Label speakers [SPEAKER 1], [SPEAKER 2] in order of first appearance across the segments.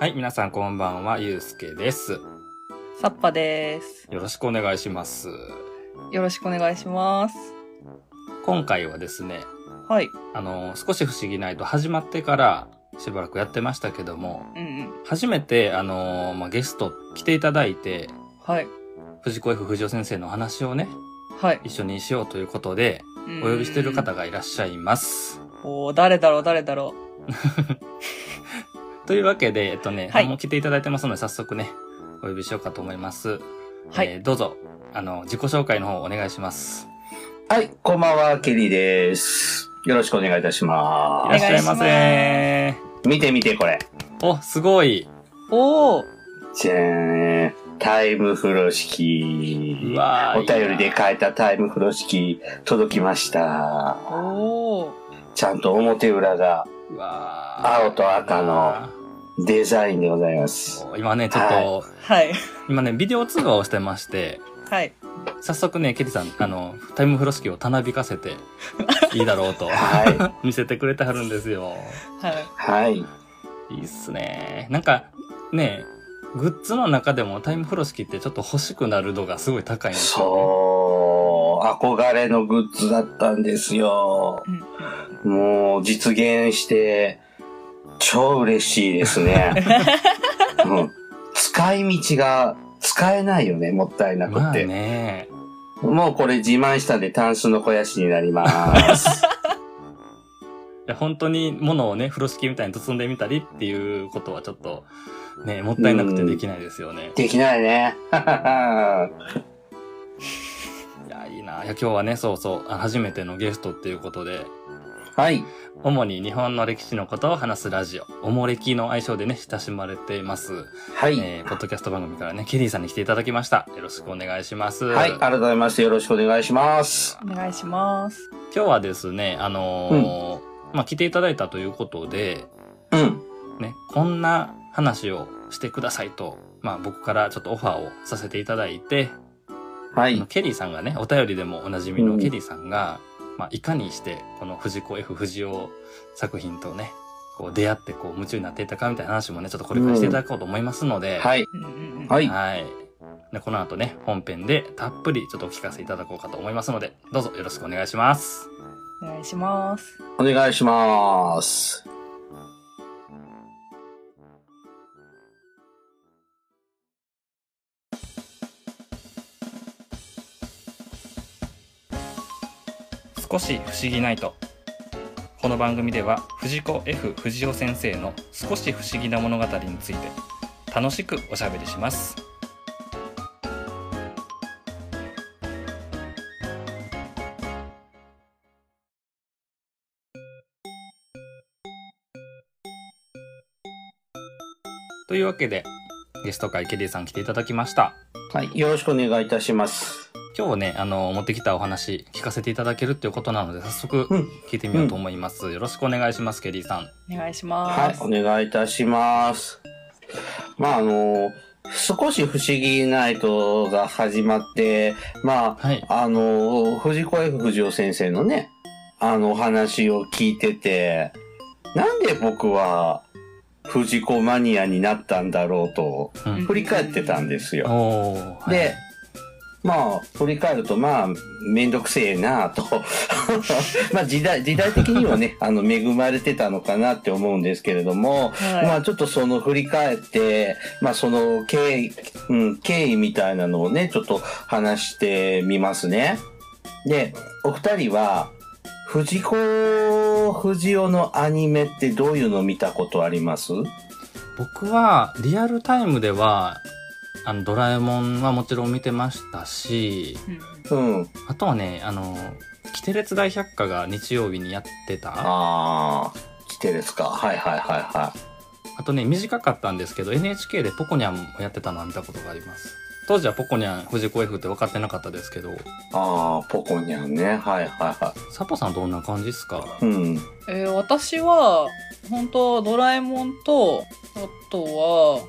[SPEAKER 1] はい、皆さんこんばんは、ゆうすけです。よ
[SPEAKER 2] サッパです。
[SPEAKER 1] ろしくお願いします。
[SPEAKER 2] よろしくお願いします。
[SPEAKER 1] 今回はですね、
[SPEAKER 2] はい。
[SPEAKER 1] あの、少し不思議ないと始まってからしばらくやってましたけども、
[SPEAKER 2] うんうん。
[SPEAKER 1] 初めて、あの、まあ、ゲスト来ていただいて、
[SPEAKER 2] はい。
[SPEAKER 1] 藤子 F 不二雄先生のお話をね、
[SPEAKER 2] はい。
[SPEAKER 1] 一緒にしようということで、お呼びしている方。がいらっしゃいます。
[SPEAKER 2] おー誰だろう、誰だろ
[SPEAKER 1] というわけで、えっとね、
[SPEAKER 2] はい
[SPEAKER 1] もう来ていただいてますので、早速ね、お呼びしようかと思います。
[SPEAKER 2] う。はい。
[SPEAKER 1] えーどうぞ、あの、自己紹介の方お願いします。
[SPEAKER 3] はい、こんばんは、ケリーです。よろしくお願いいたし
[SPEAKER 1] い
[SPEAKER 3] ま
[SPEAKER 1] らっしゃいま
[SPEAKER 2] お願
[SPEAKER 1] せ。
[SPEAKER 3] す。見て見て、これ。
[SPEAKER 1] お、すごい。
[SPEAKER 2] おー
[SPEAKER 3] じゃーん。タイム風呂
[SPEAKER 1] う
[SPEAKER 3] 敷。
[SPEAKER 1] わー
[SPEAKER 3] お便りで書いたタイム風呂敷、届きました。
[SPEAKER 2] おー
[SPEAKER 3] ちゃんと表裏が
[SPEAKER 1] うわー
[SPEAKER 3] 青と赤の。デザインでございます。
[SPEAKER 1] そう今ね、ちょっと、
[SPEAKER 2] はい。
[SPEAKER 1] 今ね、ビデオ通話をしてまして、
[SPEAKER 2] はい。
[SPEAKER 1] 早速ね、ケリさん、あの、タイム風呂敷をたなびかせ て、いいだろうと、
[SPEAKER 3] はい。
[SPEAKER 1] 見せてくれてはるんですよ。
[SPEAKER 2] はい。
[SPEAKER 3] はい。
[SPEAKER 1] いいっすね。なんか、ね、グッズの中でもタイム風呂敷ってちょっと欲しくなる度がすごい高いんですよ、
[SPEAKER 3] そう。憧れのグッズだったんですよ。
[SPEAKER 2] うん
[SPEAKER 3] もう実現して、超嬉しいですね。うん使い道が使えないよね、もったいな
[SPEAKER 1] ね。
[SPEAKER 3] く
[SPEAKER 1] まあ
[SPEAKER 3] て。
[SPEAKER 1] ね。
[SPEAKER 3] もうこれ自慢したんで、タンスの肥やしになります。
[SPEAKER 1] いや本当に物をね、風呂敷みたいに包んでみたりっていうことはちょっと、ね、もったいなくてできないですよね。
[SPEAKER 3] できないね。
[SPEAKER 1] いや、いいな。いや、今日はね、そうそう、あ初めてのゲストっていうことで、
[SPEAKER 3] はい。
[SPEAKER 1] 主に日本の歴史のことを話すラジオ、おもれきの愛称でね、親しまれています、
[SPEAKER 3] はい。
[SPEAKER 1] えー、ポッドキャスト番組からね、ケリーさんに来ていただきました。よろしくお願いします。
[SPEAKER 3] はい。改めましてよろしくお願いします。
[SPEAKER 2] お願いします。
[SPEAKER 1] 今日はですね、あのーまあ、来ていただいたということで、
[SPEAKER 3] うん。
[SPEAKER 1] ね、こんな話をしてくださいと、まあ、僕からちょっとオファーをさせていただいて、
[SPEAKER 3] は
[SPEAKER 1] あの
[SPEAKER 3] い。
[SPEAKER 1] ケリーさんがね、お便りでもおなじみの
[SPEAKER 3] うん
[SPEAKER 1] ケリーさんが、まあ、いかにして、この藤子 F 不二雄作品とね、こう出会ってこう夢中になっていたかみたいな話もね、ちょっとこれからしていただこうと思いますので、
[SPEAKER 3] はい。
[SPEAKER 2] うんうんうん。。
[SPEAKER 3] はいい。
[SPEAKER 1] はい。で、この後ね、本編でたっぷりちょっとお聞かせいただこうかと思いますので、どうぞよろしくお願いします。
[SPEAKER 2] お願いします。
[SPEAKER 3] お願いします。
[SPEAKER 1] 少し不思議ないと。この番組では藤子 F 不二雄先生の少し不思議な物語について楽しくおしゃべりします。というわけでゲスト会ケリーさん来ていただきました。
[SPEAKER 3] はい。よろしくお願いいたします。
[SPEAKER 1] 今日ね、あの、持ってきたお話聞かせていただけるっていうことなので、早速
[SPEAKER 3] うん
[SPEAKER 1] 聞いてみようと思います。よろしくお願いします、ケリーさん。
[SPEAKER 2] お願いしま
[SPEAKER 3] はい
[SPEAKER 2] す。、
[SPEAKER 3] お願いいたします。まあ、あの、少し不思議ナイトが始まって、ま
[SPEAKER 1] はい。
[SPEAKER 3] あ、あの、藤子 F 不二雄先生のね、あの、お話を聞いてて、なんで僕は藤子マニアになったんだろうと、
[SPEAKER 1] うん
[SPEAKER 3] 振り返ってたんですよ。
[SPEAKER 1] おーはい
[SPEAKER 3] で、まあ、振り返ると、まあ、めんどくせえなあと。 まあ、時代、時代的にはね、あの、恵まれてたのかなって思うんですけれども、ま
[SPEAKER 2] は
[SPEAKER 3] あちょっとその振り返って、まあその経緯、うん、経緯みたいなのをね、ちょっと話してみますね。で、お二人は、藤子不二雄のアニメってどういうの見たことあります
[SPEAKER 1] 僕は、リアルタイムでは、あの、ドラえもんはもちろん見てましたし、
[SPEAKER 2] い。うん
[SPEAKER 3] うん。
[SPEAKER 1] あとはね、あの、キテレツ大百科が日曜日にやってた。あ
[SPEAKER 3] あー、来てですか。はいはいはいはい。
[SPEAKER 1] とね、短かったんですけど、NHK でポコニャンもやってたのは見たことがあります。当時はポコニャン、藤子 F って分かってなかったですけど、
[SPEAKER 3] あー、ポコニャンね。はいはいは
[SPEAKER 1] サポさんどんな感じですか
[SPEAKER 3] い。うん。
[SPEAKER 2] えー私は、本当ドラえもんと、あとは、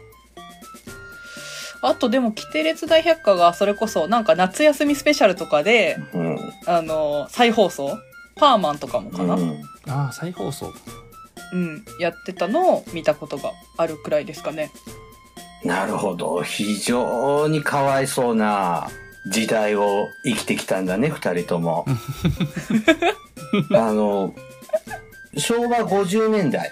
[SPEAKER 2] あとでも、規定列大百科が、それこそ、なんか夏休みスペシャルとかで、
[SPEAKER 3] うん。
[SPEAKER 2] あの、再放送パーマンとかもかな、う、
[SPEAKER 3] うんん
[SPEAKER 1] ああ、再放送。
[SPEAKER 2] やってたのを見たことがあるくらいですかね。
[SPEAKER 3] なるほど。非常にかわいそうな時代を生きてきたんだね、二人とも。あの、昭和50年代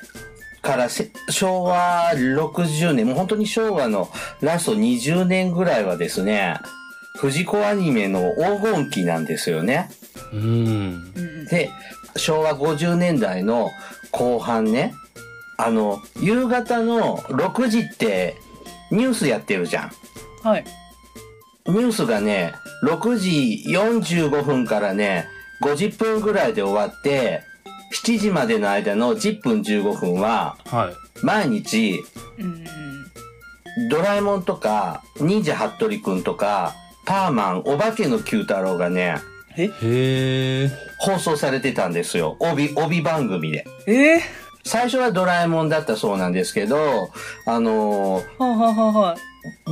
[SPEAKER 3] からせ昭和60年、もう本当に昭和のラスト20年ぐらいはですね、藤子アニメの黄金期なんですよね。
[SPEAKER 1] うん。
[SPEAKER 2] うんうん、
[SPEAKER 3] で、昭和50年代の後半ね、あの、夕方の6時ってニュースやってるじゃん。
[SPEAKER 2] はい。
[SPEAKER 3] ニュースがね、6時45分からね、50分ぐらいで終わって、7時までの間の10分15分は、
[SPEAKER 1] はい。
[SPEAKER 3] 毎日、
[SPEAKER 2] うんうん
[SPEAKER 3] ドラえもんとか、忍者ハットリくんとか、パーマン、お化けの九太郎がね、
[SPEAKER 1] へえ。
[SPEAKER 3] 放送されてたんですよ。帯、帯番組で。
[SPEAKER 2] うん、え
[SPEAKER 3] 最初はドラえもんだったそうなんですけど、あのー
[SPEAKER 2] ー、はあ、はあはあはあ、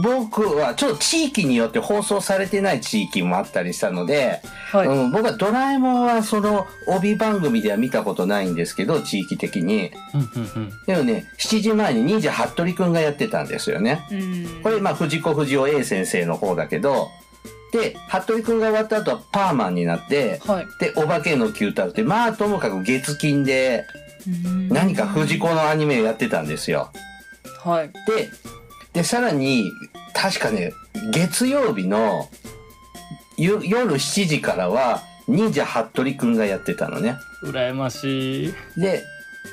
[SPEAKER 3] 僕はちょっと地域によって放送されてない地域もあったりしたので、
[SPEAKER 2] はい。
[SPEAKER 3] うん、僕はドラえもんはその帯番組では見たことないんですけど、地域的に。
[SPEAKER 1] うんうん
[SPEAKER 3] でもね、7時前に忍者ハットリくんがやってたんですよね。
[SPEAKER 2] うん、
[SPEAKER 3] これ、まあ、藤子不二雄 A 先生の方だけど、で、ハットリくんが終わった後はパーマンになって、
[SPEAKER 2] はい。
[SPEAKER 3] で、お化けの Q 太郎って、まあ、ともかく月金で
[SPEAKER 2] うん
[SPEAKER 3] 何か藤子のアニメをやってたんですよ。
[SPEAKER 2] はい。
[SPEAKER 3] で、で、さらに、確かね、月曜日のゆ夜7時からは、忍者ハットリくんがやってたのね。
[SPEAKER 1] うん。羨ましい。
[SPEAKER 3] で、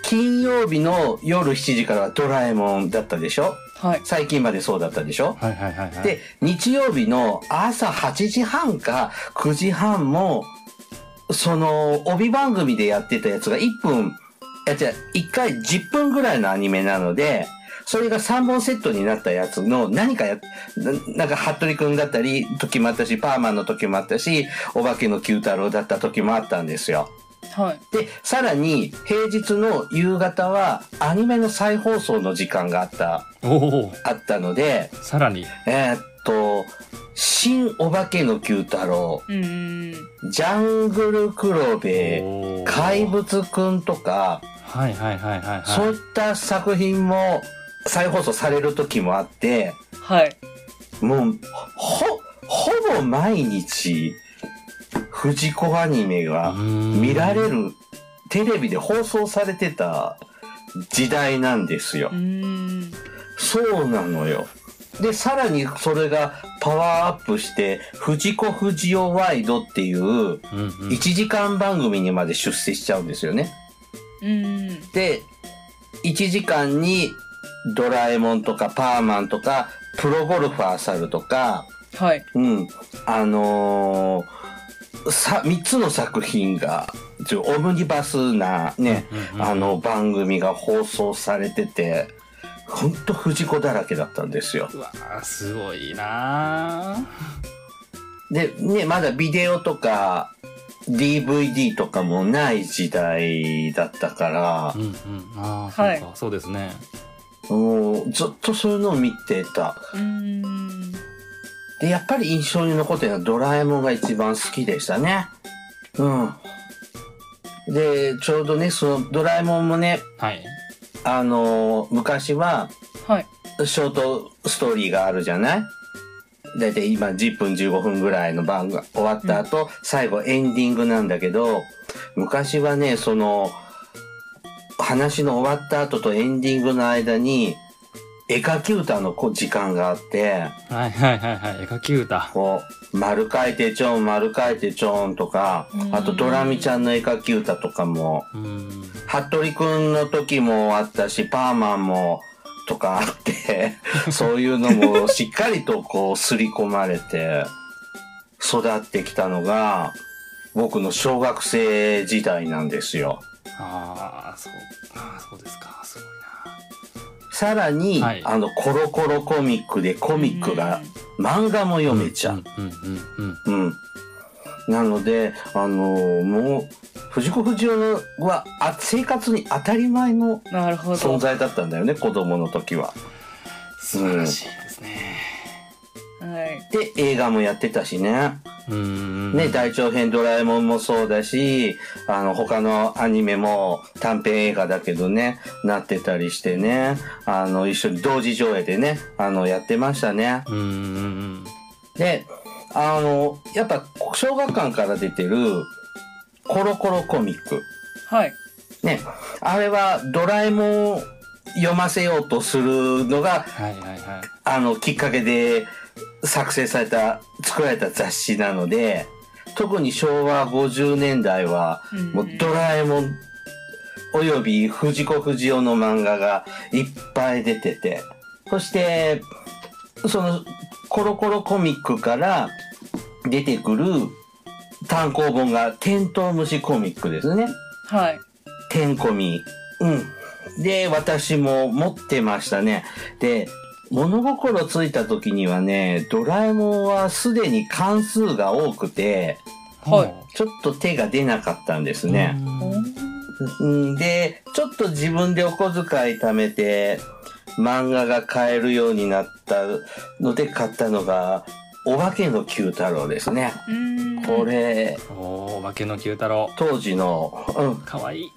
[SPEAKER 3] 金曜日の夜7時からはドラえもんだったでしょ
[SPEAKER 2] はい。
[SPEAKER 3] 最近までそうだったでしょ
[SPEAKER 1] はいはいはいはい。
[SPEAKER 3] で、日曜日の朝8時半か9時半も、その、帯番組でやってたやつが1分、いや違う、1回10分ぐらいのアニメなので、それが3本セットになったやつの何かや、ななんか、服部くんだったり、時もあったし、パーマンの時もあったし、お化けの九太郎だった時もあったんですよ。
[SPEAKER 2] はい。
[SPEAKER 3] で、さらに平日の夕方はアニメの再放送の時間があった、
[SPEAKER 1] おお。
[SPEAKER 3] あったので、
[SPEAKER 1] さらに。
[SPEAKER 3] えーっと、新お化けの九太郎、
[SPEAKER 2] うんうん。
[SPEAKER 3] ジャングルクロベ、
[SPEAKER 1] おー
[SPEAKER 3] 怪。物くんとか、
[SPEAKER 1] はいはいはいはいはい。
[SPEAKER 3] そういった作品も再放送される時もあって、
[SPEAKER 2] はい。
[SPEAKER 3] もう、ほ、ほぼ毎日、藤子アニメが見
[SPEAKER 1] 見
[SPEAKER 3] られる、テレビで放送されてた時代なんですよ
[SPEAKER 2] う。ん。
[SPEAKER 3] そうなのよ。で、さらにそれがパワーアップして、藤子不二雄ワイドっていう
[SPEAKER 1] うんうん
[SPEAKER 3] 1時間番組にまで出世しちゃうんですよね。
[SPEAKER 2] うん。
[SPEAKER 3] で、1時間にドラえもんとかパーマンとか、プロゴルファーサルとか、
[SPEAKER 2] はい。
[SPEAKER 3] うん、あのーさ、3つの作品が、ちょオムニバスなね、
[SPEAKER 1] うんうんうん
[SPEAKER 3] あの番組が放送されてて、ほんと藤子だらけだったんですよ。
[SPEAKER 1] うわーすごいなー
[SPEAKER 3] で、ね、まだビデオとか DVD とかもない時代だったから
[SPEAKER 1] うん、うんああ、
[SPEAKER 2] はい
[SPEAKER 1] そうかそうですね
[SPEAKER 3] もうずっとそういうのを見てた。
[SPEAKER 2] うん。
[SPEAKER 3] で、やっぱり印象に残ってるのはドラえもんが一番好きでしたね。うん。で、ちょうどね、そのドラえもんもね、
[SPEAKER 1] はい
[SPEAKER 3] あのー昔は
[SPEAKER 2] はい。
[SPEAKER 3] ショートストーリーがあるじゃないだいたい今10分15分ぐらいの番が終わった後、最後エンディングなんだけど、昔はね、その、話の終わった後とエンディングの間に、絵描き歌のこう時間があって、
[SPEAKER 1] はいはいはいはい絵描き歌
[SPEAKER 3] こう、丸書いてちょん、丸書いてちょんとか
[SPEAKER 2] う、ん
[SPEAKER 3] あとドラミちゃんの絵描き歌とかも、
[SPEAKER 1] うん
[SPEAKER 3] 服部くんの時もあったし、パーマンも、とかあ って、そういうのもしっかりとこう、すり込まれて、育ってきたのが、僕の小学生時代なんですよ。
[SPEAKER 1] ああそうあーそうですかすご
[SPEAKER 3] さらに、
[SPEAKER 1] はい
[SPEAKER 3] あの、コロコロコミックでコミックが、漫画も読
[SPEAKER 1] いな
[SPEAKER 3] めちゃう。
[SPEAKER 1] うんうんうんうん
[SPEAKER 3] うん。なので、あのーもう、藤子不二雄は、あ生活に当たり前の
[SPEAKER 2] うん。なるほど。
[SPEAKER 3] 存在だったんだよね、子供の時は。
[SPEAKER 1] 素晴らしいですね
[SPEAKER 3] で、映画もやってたしね。
[SPEAKER 1] うん
[SPEAKER 3] ね、大長編ドラえもんもそうだし、あの、他のアニメも短編映画だけどね、なってたりしてね、あの、一緒に同時上映でね、あの、やってましたね。
[SPEAKER 1] うんうん
[SPEAKER 3] で、あの、やっぱ、小学館から出てる、コロコロコミック。
[SPEAKER 2] はい。
[SPEAKER 3] ね、あれはドラえもんを読ませようとするのが、
[SPEAKER 1] はいはいはい
[SPEAKER 3] あの、きっかけで作成された、作られた雑誌なので、特に昭和50年代は、
[SPEAKER 2] うん
[SPEAKER 3] もうドラえもん、および藤子不二雄の漫画がいっぱい出てて、そして、その、コロコロコミックから出てくる単行本が、テントウムシコミックですね。
[SPEAKER 2] はい。
[SPEAKER 3] てんこみ。うん。で、私も持ってましたね。で、物心ついた時にはね、ドラえもんはすでに関数が多くて、
[SPEAKER 2] は
[SPEAKER 3] ちょっと手が出なかったんですね。うんで、ちょっと自分でお小遣い貯めて、漫画が買えるようになったので買ったのが、お化けの九太郎ですね。
[SPEAKER 2] うん
[SPEAKER 3] こ。れ、
[SPEAKER 1] おおお化けの九太郎
[SPEAKER 3] 当時の、うん、
[SPEAKER 1] かわいい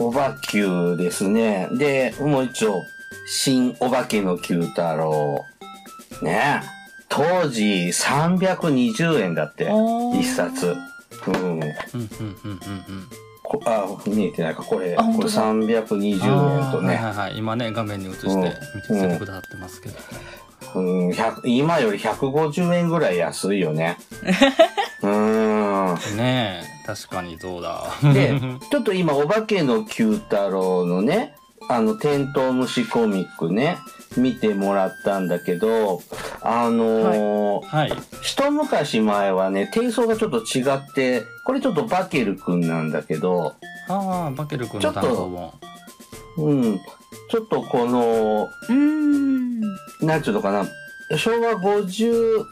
[SPEAKER 3] おばきゅうですね。で、もう一丁、新おばけの九太郎。ねえ当時320円だって、
[SPEAKER 2] おー
[SPEAKER 3] 一冊。うん。
[SPEAKER 1] うんうんうんうん
[SPEAKER 3] こあ、見えてないか、これ、
[SPEAKER 2] あ
[SPEAKER 3] こ
[SPEAKER 2] 本
[SPEAKER 3] れ
[SPEAKER 2] 当だ
[SPEAKER 3] 320円と
[SPEAKER 1] あーは
[SPEAKER 3] ね、
[SPEAKER 1] いはいはい、今ね画面に映して
[SPEAKER 3] うん
[SPEAKER 1] 見ててくださってますけど、
[SPEAKER 3] うん、100今より150円ぐらい安いよね。うーん。
[SPEAKER 1] ねえ確かにどうだ
[SPEAKER 3] で、ちょっと今、お化けの九太郎のね、あの、テントウムシコミックね、見てもらったんだけど、あのー
[SPEAKER 1] はい
[SPEAKER 3] 一昔前はね、低層がちょっと違って、これちょっとバケル君なんだけど、
[SPEAKER 1] ああバケル君の単行本
[SPEAKER 3] うん、ちょっとこの、
[SPEAKER 2] うん。
[SPEAKER 3] なんちゅうのかな、昭和50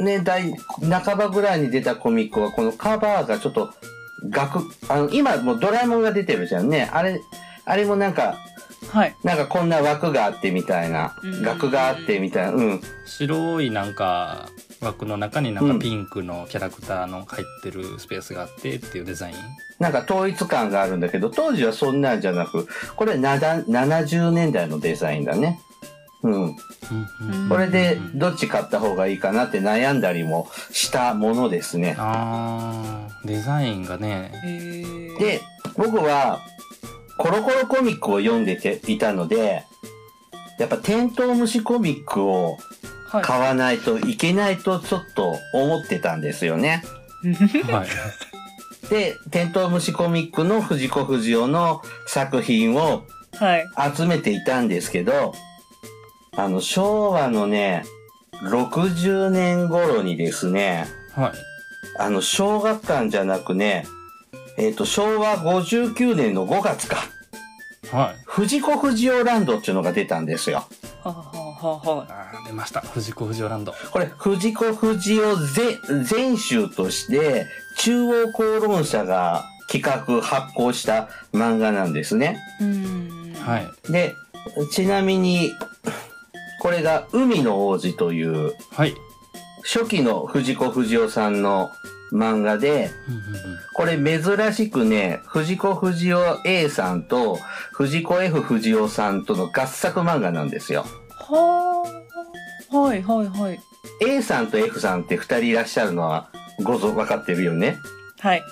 [SPEAKER 3] 年代半ばぐらいに出たコミックは、このカバーがちょっと、額、あの、今もうドラえもんが出てるじゃんね。あれ、あれもなんか、
[SPEAKER 2] はい。
[SPEAKER 3] なんかこんな枠があってみたいな
[SPEAKER 2] う、ん
[SPEAKER 3] 額があってみたいな、うん。
[SPEAKER 1] 白いなんか枠の中になん
[SPEAKER 3] う
[SPEAKER 1] か
[SPEAKER 3] ん
[SPEAKER 1] ピンクのキャラクターの入ってるスペースがあってっていうデザイン、
[SPEAKER 3] なんか統一感があるんだけど、当時はそんなんじゃなく、これなだ70年代のデザインだね。うん。
[SPEAKER 1] うんうん
[SPEAKER 3] これで
[SPEAKER 1] うん
[SPEAKER 3] どっち買った方がいいかなって悩んだりもしたものですね。
[SPEAKER 1] あーデザインが ね
[SPEAKER 3] で、僕はコロコロコミックを読んでていたので、やっぱテントウムシコミックを
[SPEAKER 2] はい。
[SPEAKER 3] 買わないといけないとちょっと思ってたんですよね。
[SPEAKER 1] はい
[SPEAKER 3] で、テントウムシコミックの藤子不二雄の作品を
[SPEAKER 2] はい。
[SPEAKER 3] 集めていたんですけど、あの、昭和のね、60年頃にですね、
[SPEAKER 1] はい
[SPEAKER 3] あの、小学館じゃなくね、えっ、と、昭和59年の5月か、
[SPEAKER 1] はい
[SPEAKER 3] 藤子不二雄ランドっていうのが出たんですよ。
[SPEAKER 2] はあはあはあは
[SPEAKER 1] あー出ました藤子不二雄ランド
[SPEAKER 3] これ、藤子不二雄ぜ全集として、中央公論社が企画発行した漫画なんですね。
[SPEAKER 2] い。うん。
[SPEAKER 1] は。い
[SPEAKER 3] で、ちなみに、これが海の王子という、
[SPEAKER 1] はい、
[SPEAKER 3] 初期の藤子不二雄さんの漫画で、
[SPEAKER 1] うんうんうん
[SPEAKER 3] これ珍しくね、藤子不二雄 A さんと藤子 F 不二雄さんとの合作漫画なんですよ。
[SPEAKER 2] はあ。はいはいはい。
[SPEAKER 3] A さんと F さんって二人いらっしゃるのはご存分かってるよね。
[SPEAKER 2] はい。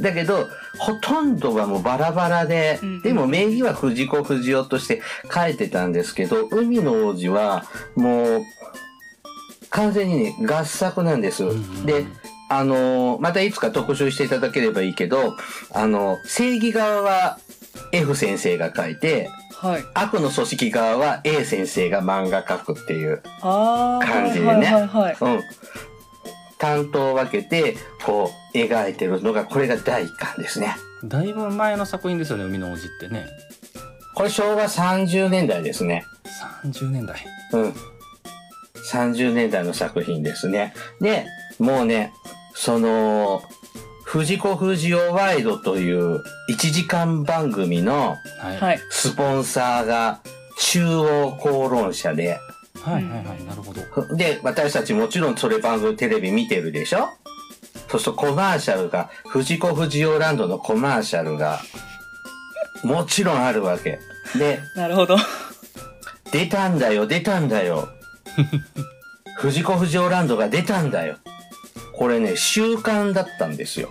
[SPEAKER 3] だけど、ほとんどはもうバラバラで
[SPEAKER 2] うんうん、
[SPEAKER 3] でも名義は藤子不二雄として書いてたんですけど、海の王子はもう完全にね、合作なんです。
[SPEAKER 1] うんうんうん
[SPEAKER 3] で、あのーまたいつか特集していただければいいけど、あの正義側は F 先生が書いて、
[SPEAKER 2] はい。
[SPEAKER 3] 悪の組織側は A 先生が漫画書くっていう、
[SPEAKER 2] ああ。
[SPEAKER 3] 感じでね
[SPEAKER 2] はいはいはい。
[SPEAKER 3] うん。担当を分けて、こう、描いてるのが、これが第一巻ですね。
[SPEAKER 1] だいぶ前の作品ですよね海の王子ってね
[SPEAKER 3] これ昭和30年代ですね。
[SPEAKER 1] 30年代
[SPEAKER 3] うん。30年代の作品ですね。で、もうね、その、藤子不二雄ワイドという1時間番組の
[SPEAKER 1] はい
[SPEAKER 2] はいい。
[SPEAKER 3] スポンサーが中央公論社で、
[SPEAKER 1] はいはいはい、なるほど。
[SPEAKER 3] で、私たちもちろんそれ番組テレビ見てるでしょそうするとコマーシャルが、藤子不二雄ランドのコマーシャルが、もちろんあるわけ。で、
[SPEAKER 2] なるほど。
[SPEAKER 3] 出たんだよ、出たんだ よ。藤子不二雄ランドが出たんだよ。これね、週刊だったんですよ。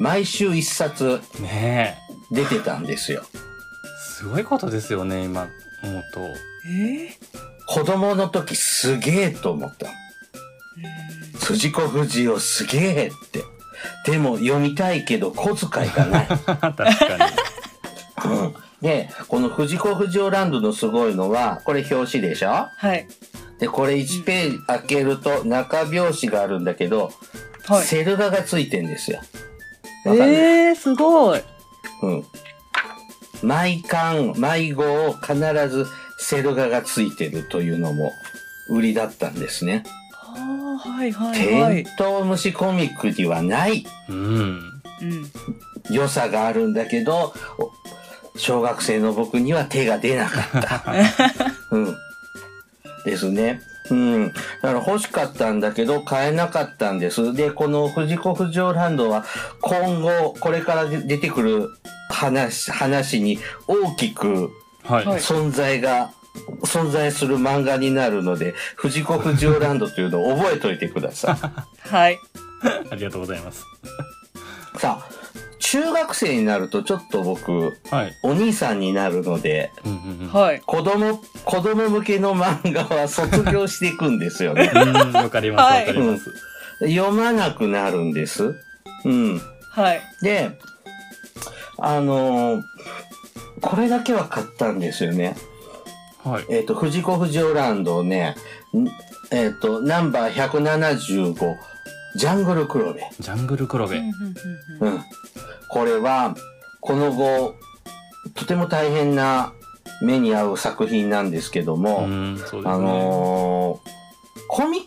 [SPEAKER 3] 毎週一冊
[SPEAKER 1] ねえ、
[SPEAKER 3] 出てたんですよ。
[SPEAKER 1] すごいことですよね、今思うと。
[SPEAKER 2] えー
[SPEAKER 3] 子供の時すげえと思った。藤子不二雄すげえって。でも読みたいけど小遣いが ない。
[SPEAKER 1] 確かに。
[SPEAKER 3] うんで、この藤子不二雄ランドのすごいのは、これ表紙でしょ
[SPEAKER 2] はい。
[SPEAKER 3] で、これ1ページ開けると中表紙があるんだけど、
[SPEAKER 2] はい。
[SPEAKER 3] セル画がついてんですよ。わかる、
[SPEAKER 2] えー、すごい。
[SPEAKER 3] うん。毎巻、毎号を必ずセル画がついてるというのも売りだったんですね。
[SPEAKER 2] あーはいはいは
[SPEAKER 3] テン
[SPEAKER 2] い。
[SPEAKER 3] トウムシコミックにはない
[SPEAKER 1] うん。
[SPEAKER 2] うん。
[SPEAKER 3] 良さがあるんだけど、お小学生の僕には手が出なか った。うん。ですね。うん。だから欲しかったんだけど、買えなかったんです。で、この藤子不二雄ランドは、今後、これからで出てくる話、話に大きく
[SPEAKER 1] はい。
[SPEAKER 2] はい
[SPEAKER 3] 存在が、存在する漫画になるので、藤子不二雄ランドというのを覚えといてください。
[SPEAKER 2] はい。
[SPEAKER 1] ありがとうございます。
[SPEAKER 3] さあ、中学生になるとちょっと僕、
[SPEAKER 1] はい。
[SPEAKER 3] お兄さんになるので、
[SPEAKER 1] うんうんうん。
[SPEAKER 2] はい。
[SPEAKER 3] 子供、子供向けの漫画は卒業していくんです よね。
[SPEAKER 1] うん、わかります、
[SPEAKER 2] は
[SPEAKER 1] わ
[SPEAKER 2] い
[SPEAKER 1] かります。
[SPEAKER 3] 読まなくなるんです。うん。
[SPEAKER 2] はい。
[SPEAKER 3] で、あのーこれだけは買ったんですよね。
[SPEAKER 1] はい。
[SPEAKER 3] えっ、と、藤子不二雄ランドをね、んえっ、と、ナンバー175、ジャングル黒部。
[SPEAKER 1] ジャングル黒部。
[SPEAKER 2] うんうんうん
[SPEAKER 3] う
[SPEAKER 2] うん
[SPEAKER 3] ん。これは、この後、とても大変な目に遭う作品なんですけども、
[SPEAKER 1] うん、そうですね。
[SPEAKER 3] あのーコミッ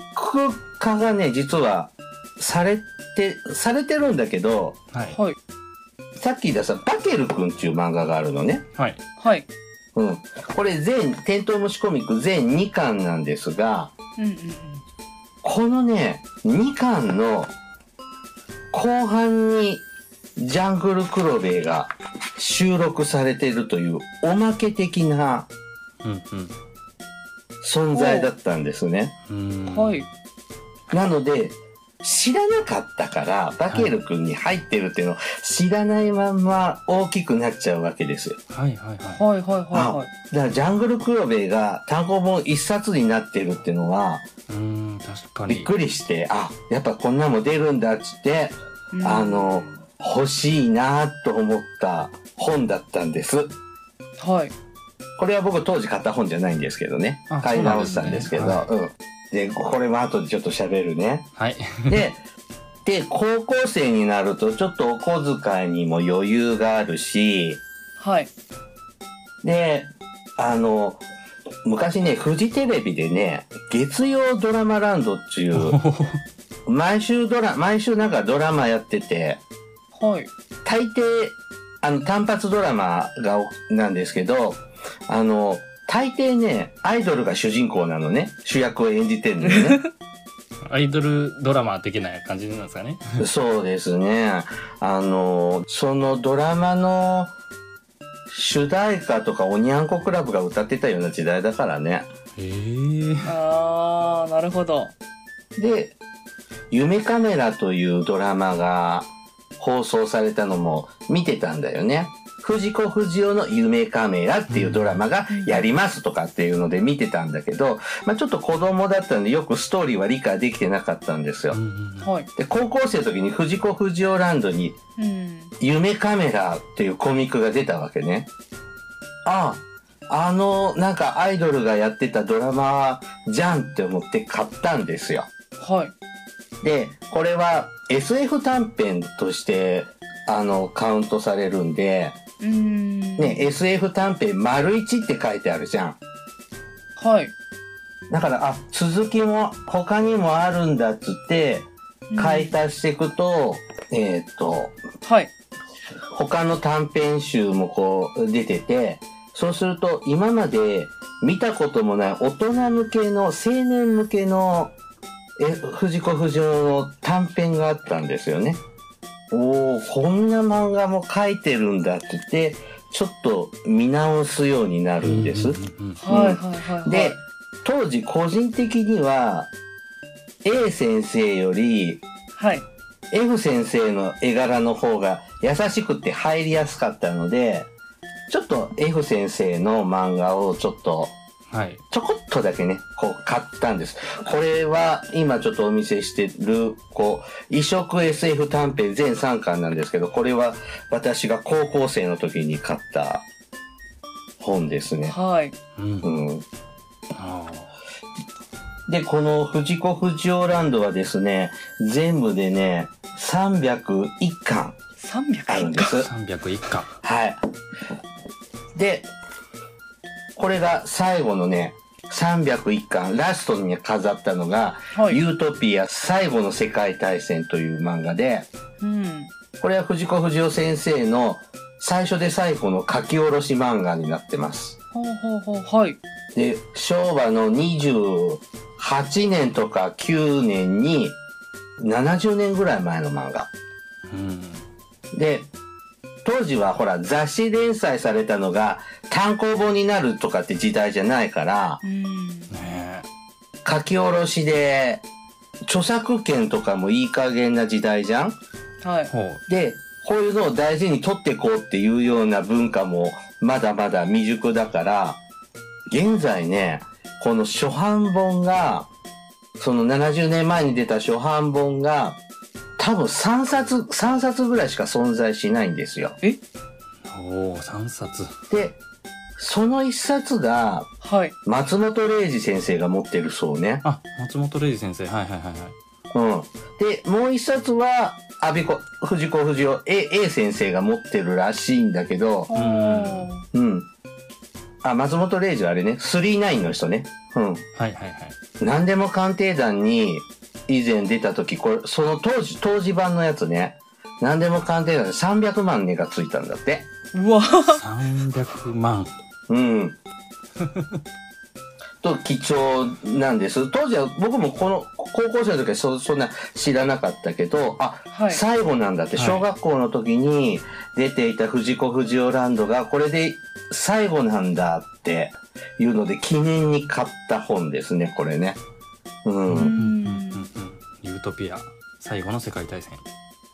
[SPEAKER 3] ク化がね、実は、されて、されてるんだけど、
[SPEAKER 1] はい。
[SPEAKER 2] はい。
[SPEAKER 3] さっき出したバケルくんっていう漫画があるのね。
[SPEAKER 1] はい。
[SPEAKER 2] はい。
[SPEAKER 3] うん。これ全、テントウムシコミック全2巻なんですが、
[SPEAKER 2] うんうんうん。
[SPEAKER 3] このね、2巻の後半にジャングルクロベが収録されてるというおまけ的な
[SPEAKER 1] うん
[SPEAKER 3] 存在だったんですね。
[SPEAKER 1] うん。うん。
[SPEAKER 2] はい。。
[SPEAKER 3] なので、知らなかったから、バケル君に入ってるっていうのを知らないまんま大きくなっちゃうわけですよ。
[SPEAKER 1] はいはいは
[SPEAKER 2] はいはいはいはい。
[SPEAKER 3] だからジャングルクロベが単語本一冊になってるっていうのは、
[SPEAKER 1] い。うん、確かに。
[SPEAKER 3] びっくりして、あ、やっぱこんなも出るんだっつって、
[SPEAKER 2] うん
[SPEAKER 3] あの、欲しいなと思った本だったんです。
[SPEAKER 2] はい。
[SPEAKER 3] これは僕当時買った本じゃないんですけどね
[SPEAKER 1] あ。
[SPEAKER 3] 買い直したんですけど、
[SPEAKER 1] そうなん
[SPEAKER 3] うん。で、これも後でちょっと喋るね。
[SPEAKER 1] はい。
[SPEAKER 3] で、で、高校生になるとちょっとお小遣いにも余裕があるし、
[SPEAKER 2] はい。
[SPEAKER 3] で、あの、昔ね、フジテレビでね、月曜ドラマランドって いう、
[SPEAKER 1] は
[SPEAKER 3] 毎週ドラ、毎週なんかドラマやってて、
[SPEAKER 2] はい。
[SPEAKER 3] 大抵、あの、単発ドラマがお、なんですけど、あの、大抵ね、アイドルが主人公なのね、主役を演じてるのね。
[SPEAKER 1] アイドルドラマ的な感じなんですかね。
[SPEAKER 3] そうですね。あの、そのドラマの主題歌とかおにゃんこクラブが歌ってたような時代だからね。
[SPEAKER 1] ええ。
[SPEAKER 2] あー、なるほど。
[SPEAKER 3] で、夢カメラというドラマが放送されたのも見てたんだよね。藤子不二雄の夢カメラっていうドラマがやりますとかっていうので見てたんだけど、まあちょっと子供だったんでよくストーリーは理解できてなかったんですよ
[SPEAKER 1] うん。うん
[SPEAKER 2] はい。
[SPEAKER 3] で、高校生の時に藤子不二雄ランドに
[SPEAKER 2] うん。
[SPEAKER 3] 夢カメラっていうコミックが出たわけね。ああ、あの、なんかアイドルがやってたドラマじゃんって思って買ったんですよ。
[SPEAKER 2] はい。
[SPEAKER 3] で、これは SF 短編として、あの、カウントされるんで、
[SPEAKER 2] うーん。
[SPEAKER 3] ね、SF 短編丸一って書いてあるじゃん。
[SPEAKER 2] はい。
[SPEAKER 3] だから、あ、続きも他にもあるんだっつって、解体していくと、えーっと、
[SPEAKER 2] はい。
[SPEAKER 3] 他の短編集もこう出てて、そうすると今まで見たこともない大人向けの、青年向けの、え、藤子不二雄の短編があったんですよね。おー、こんな漫画も書いてるんだって言って、ちょっと見直すようになるんです。
[SPEAKER 2] はいはいはい、はい。
[SPEAKER 3] で、当時個人的には、A 先生より
[SPEAKER 2] はい。
[SPEAKER 3] F 先生の絵柄の方が優しくて入りやすかったので、ちょっと F 先生の漫画をちょっと
[SPEAKER 1] はい。
[SPEAKER 3] ちょこっとだけね、こう買ったんです。これは今ちょっとお見せしてる、こう、異色 SF 短編全3巻なんですけど、これは私が高校生の時に買った本ですね。
[SPEAKER 2] はい。
[SPEAKER 1] うん
[SPEAKER 3] うん。
[SPEAKER 1] あ
[SPEAKER 3] で、この藤子不二雄ランドはですね、全部でね、301巻ある
[SPEAKER 2] 300
[SPEAKER 3] んで
[SPEAKER 1] ー
[SPEAKER 3] す。
[SPEAKER 1] 301巻。
[SPEAKER 3] はい。で、これが最後のね、301巻、ラストに飾ったのが、
[SPEAKER 2] はい。
[SPEAKER 3] ユートピア最後の世界大戦という漫画で、
[SPEAKER 2] うん。
[SPEAKER 3] これは藤子不二雄先生の最初で最後の書き下ろし漫画になってます。
[SPEAKER 2] ほうほうほう。はい。
[SPEAKER 3] で、昭和の28年とか9年に、70年ぐらい前の漫画。
[SPEAKER 1] うん。
[SPEAKER 3] で、当時はほら雑誌連載されたのが単行本になるとかって時代じゃないから、
[SPEAKER 2] うん。
[SPEAKER 1] ね
[SPEAKER 3] 書き下ろしで、著作権とかもいい加減な時代じゃん
[SPEAKER 2] はい
[SPEAKER 1] え。。ほう。
[SPEAKER 3] で、こういうのを大事に取ってこうっていうような文化もまだまだ未熟だから、現在ね、この初版本が、その70年前に出た初版本が、多分3冊、3冊ぐらいしか存在しないんですよ。
[SPEAKER 1] おお、3冊。
[SPEAKER 3] で、その1冊が
[SPEAKER 2] はい。
[SPEAKER 3] 松本零士先生が持ってるそうね。
[SPEAKER 1] あ、松本零士先生。はいはいはいはい。
[SPEAKER 3] うん。で、もう1冊は、阿部子、藤子不二雄 A, A 先生が持ってるらしいんだけど、
[SPEAKER 2] ほ
[SPEAKER 1] ん
[SPEAKER 2] う
[SPEAKER 3] うん。あ、松本零士はあれね、39の人ね。うん。
[SPEAKER 1] はいはいはい。
[SPEAKER 3] 何でも鑑定団に以前出た時、これ、その当時、当時版のやつね。何でも鑑定団で300万値がついたんだって。
[SPEAKER 2] うわ。
[SPEAKER 1] 300万。
[SPEAKER 3] うん。と貴重なんです。当時は僕もこの高校生の時はそそんな知らなかったけど、あ、
[SPEAKER 2] はい。
[SPEAKER 3] 最後なんだって、
[SPEAKER 1] はい
[SPEAKER 3] 小学校の時に出ていた藤子不二雄ランドがこれで最後なんだっていうので記念に買った本ですね、これね。 うん。
[SPEAKER 1] うん
[SPEAKER 2] ん
[SPEAKER 1] うんうんうん。ユートピア。最後の世界大戦。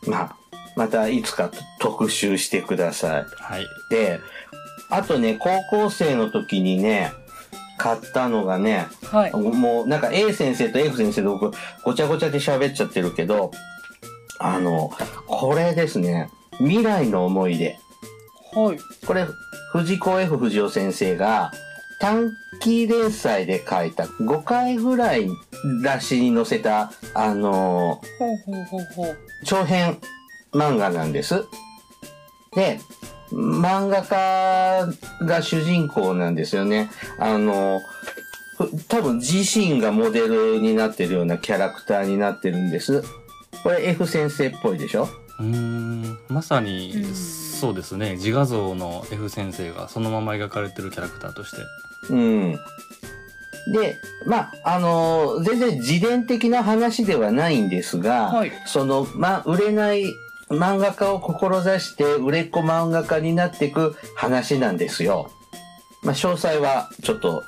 [SPEAKER 3] まあ、またいつか特集してください。
[SPEAKER 1] はい。
[SPEAKER 3] で、あとね、高校生の時にね、買ったのがね、
[SPEAKER 2] はい。
[SPEAKER 3] もうなんか A 先生と F 先生で僕ごちゃごちゃで喋っちゃってるけど、あの、これですね。未来の思い出。
[SPEAKER 2] はい。
[SPEAKER 3] これ、藤子 F 不二雄先生が短期連載で書いた5回ぐらい雑誌に載せた、あの、
[SPEAKER 2] ほうほうほうほう。
[SPEAKER 3] 長編漫画なんです。で、漫画家が主人公なんですよね。あの、ふ多分自身がモデルになってるようなキャラクターになってるんです。これ F 先生っぽいでしょ
[SPEAKER 1] うーんまさに
[SPEAKER 2] うん
[SPEAKER 1] そうですね自画像の F 先生がそのまま描かれてるキャラクターとして
[SPEAKER 3] うん。で、まあ、あの全然自伝的な話ではないんですが、
[SPEAKER 2] はい
[SPEAKER 3] その、まあ、売れない漫画家を志して売れっ子漫画家になっていく話なんですよ。まあ、詳細はちょっと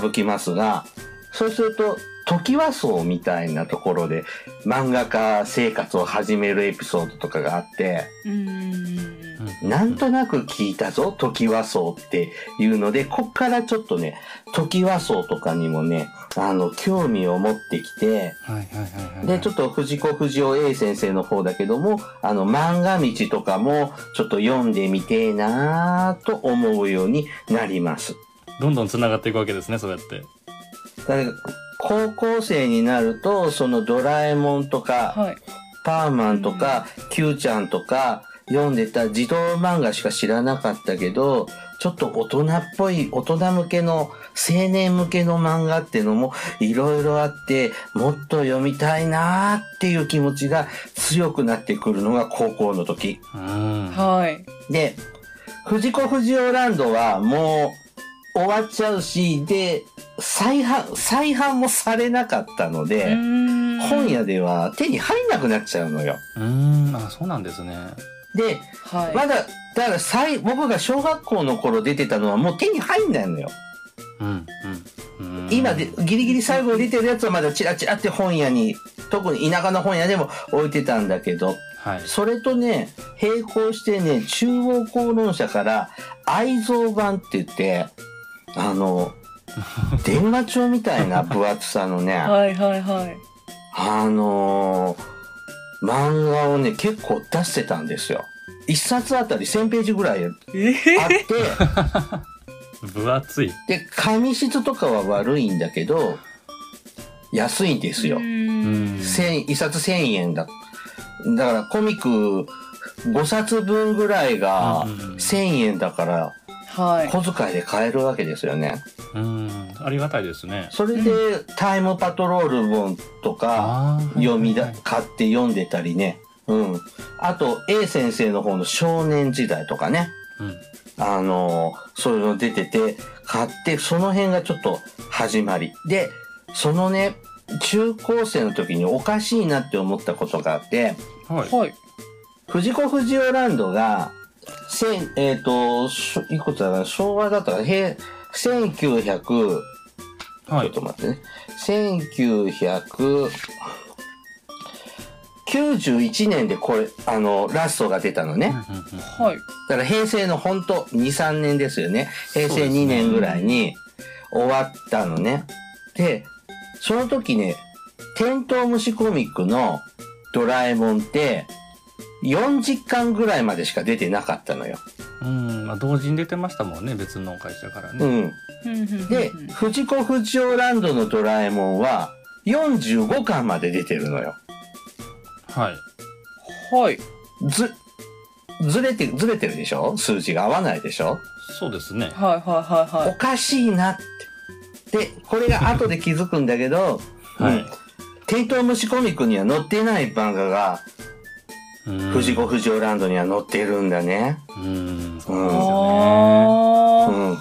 [SPEAKER 3] 省きますが、そうすると、時和荘みたいなところで漫画家生活を始めるエピソードとかがあって、
[SPEAKER 2] うーん。
[SPEAKER 3] なんとなく聞いたぞ、時和荘っていうので、こっからちょっとね、時和荘とかにもね、あの、興味を持ってきて、
[SPEAKER 1] はいはいはいはい
[SPEAKER 3] で、ちょっと藤子不二雄 A 先生の方だけども、あの、漫画道とかも、ちょっと読んでみてえなぁと思うようになります。
[SPEAKER 1] どんどん繋がっていくわけですねそうやって
[SPEAKER 3] だから高校生になると、そのドラえもんとか、
[SPEAKER 2] はい。
[SPEAKER 3] パーマンとか、キューちゃんとか、読んでた児童漫画しか知らなかったけど、ちょっと大人っぽい、大人向けの、青年向けの漫画ってのもいろいろあって、もっと読みたいなーっていう気持ちが強くなってくるのが高校の時。
[SPEAKER 1] うん
[SPEAKER 2] はい。
[SPEAKER 3] で、藤子不二雄ランドはもう、終わっちゃうし、で、再販、再販もされなかったの
[SPEAKER 2] う
[SPEAKER 3] で、
[SPEAKER 2] ーん
[SPEAKER 3] 本屋では手に入んなくなっちゃうのよ。
[SPEAKER 1] うーんあそうなんですね
[SPEAKER 3] で、
[SPEAKER 2] はい、
[SPEAKER 3] まだ、だから最、僕が小学校の頃出てたのはもう手に入んないのよ。
[SPEAKER 1] うんうんうん
[SPEAKER 3] 今で、ギリギリ最後に出てるやつはまだチラチラって本屋に、特に田舎の本屋でも置いてたんだけど、
[SPEAKER 1] はい
[SPEAKER 3] それとね、並行してね、中央公論社から愛蔵版って言って、あの、電話帳みたいな分厚さのね、
[SPEAKER 2] はいはいはい
[SPEAKER 3] あのー漫画をね、結構出してたんですよ。一冊あたり1000ページぐらいあっ
[SPEAKER 2] え
[SPEAKER 3] て、
[SPEAKER 1] 分厚い
[SPEAKER 3] で、紙質とかは悪いんだけど、安いんですよ。
[SPEAKER 1] う
[SPEAKER 2] ー
[SPEAKER 1] ん
[SPEAKER 3] 千一冊1000円だ。だからコミック5冊分ぐらいが
[SPEAKER 1] うんうんうん
[SPEAKER 3] 1000円だから
[SPEAKER 2] はい
[SPEAKER 3] 小遣いで買えるわけですよね。
[SPEAKER 1] うんありがたいですね
[SPEAKER 3] それでタイムパトロール本とか
[SPEAKER 1] ーはい
[SPEAKER 3] 読み
[SPEAKER 1] は
[SPEAKER 3] だ
[SPEAKER 1] いはい
[SPEAKER 3] 買って読んでたりね。うん。あと A 先生の方の少年時代とかね。
[SPEAKER 1] うん
[SPEAKER 3] あのーそういうの出てて、買って、その辺がちょっと始まり。で、そのね、中高生の時におかしいなって思ったことがあって、
[SPEAKER 1] はい
[SPEAKER 2] はい
[SPEAKER 3] 藤子不二雄ランドが、千、えっ、と、しょいくつだかな、昭和だったから、平、1900、
[SPEAKER 1] は
[SPEAKER 3] ちょっ
[SPEAKER 1] い
[SPEAKER 3] と待ってね。1991年でこれ、あの、ラストが出たのね。
[SPEAKER 1] うんうんうん
[SPEAKER 2] はい
[SPEAKER 3] だから平成のほんと2、3年ですよね。平
[SPEAKER 1] そう
[SPEAKER 3] 成
[SPEAKER 1] ですね
[SPEAKER 3] 2年ぐらいに終わったのね。で、その時ね、テントウムシコミックのドラえもんって40巻ぐらいまでしか出てなかったのよ。
[SPEAKER 1] うん、まあ、同時に出てましたもんね別の会社から
[SPEAKER 3] う
[SPEAKER 1] ね、
[SPEAKER 3] ん。
[SPEAKER 2] うんうんうんうん
[SPEAKER 3] で、藤子不二雄ランドのドラえもんは45巻まで出てるのよ。
[SPEAKER 1] はい
[SPEAKER 2] はい
[SPEAKER 3] ず、ずれて、ずれてるでしょ数字が合わないでしょ
[SPEAKER 1] そうですね
[SPEAKER 2] はいはいはいは
[SPEAKER 3] お
[SPEAKER 2] い
[SPEAKER 3] かしいなって。で、これが後で気づくんだけど、
[SPEAKER 1] はい
[SPEAKER 3] うんテントウムシコミックには載ってない漫画が、
[SPEAKER 1] うん
[SPEAKER 3] 藤子不二雄ランドには載ってるんだね。
[SPEAKER 1] うんそうなん
[SPEAKER 3] お
[SPEAKER 1] ですよね
[SPEAKER 3] う
[SPEAKER 2] あ
[SPEAKER 3] ん。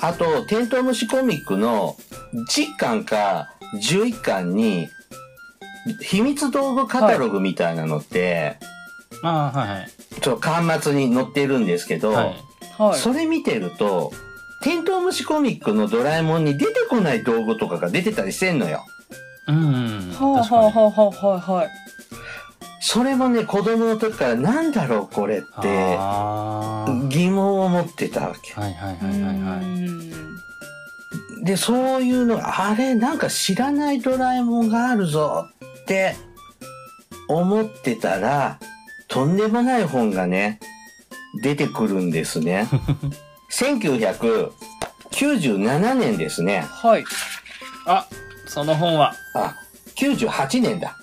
[SPEAKER 3] あと、テントウムシコミックの10巻か11巻に、秘密道具カタログみたいなのって、
[SPEAKER 1] ああはいはい
[SPEAKER 3] ちょっと端末に載ってるんですけど、
[SPEAKER 1] はい
[SPEAKER 2] ーはい
[SPEAKER 3] それ見てると、テントウムシコミックのドラえもんに出てこない道具とかが出てたりしてんのよ。
[SPEAKER 1] うん、
[SPEAKER 2] はあ
[SPEAKER 1] 確か
[SPEAKER 2] はあ
[SPEAKER 1] に
[SPEAKER 2] はあはあはいはい
[SPEAKER 3] それもね、子供の時からなんだろうこれって
[SPEAKER 1] あー
[SPEAKER 3] 疑問を持ってたわけ。
[SPEAKER 1] はいはいはいはいは
[SPEAKER 2] う
[SPEAKER 1] い
[SPEAKER 2] ん
[SPEAKER 3] で、そういうのが、あれ、なんか知らないドラえもんがあるぞって思ってたら、とんでもない本がね、出てくるんですね。1997年ですね。
[SPEAKER 2] はい
[SPEAKER 1] あその本は
[SPEAKER 3] あ、98年だ。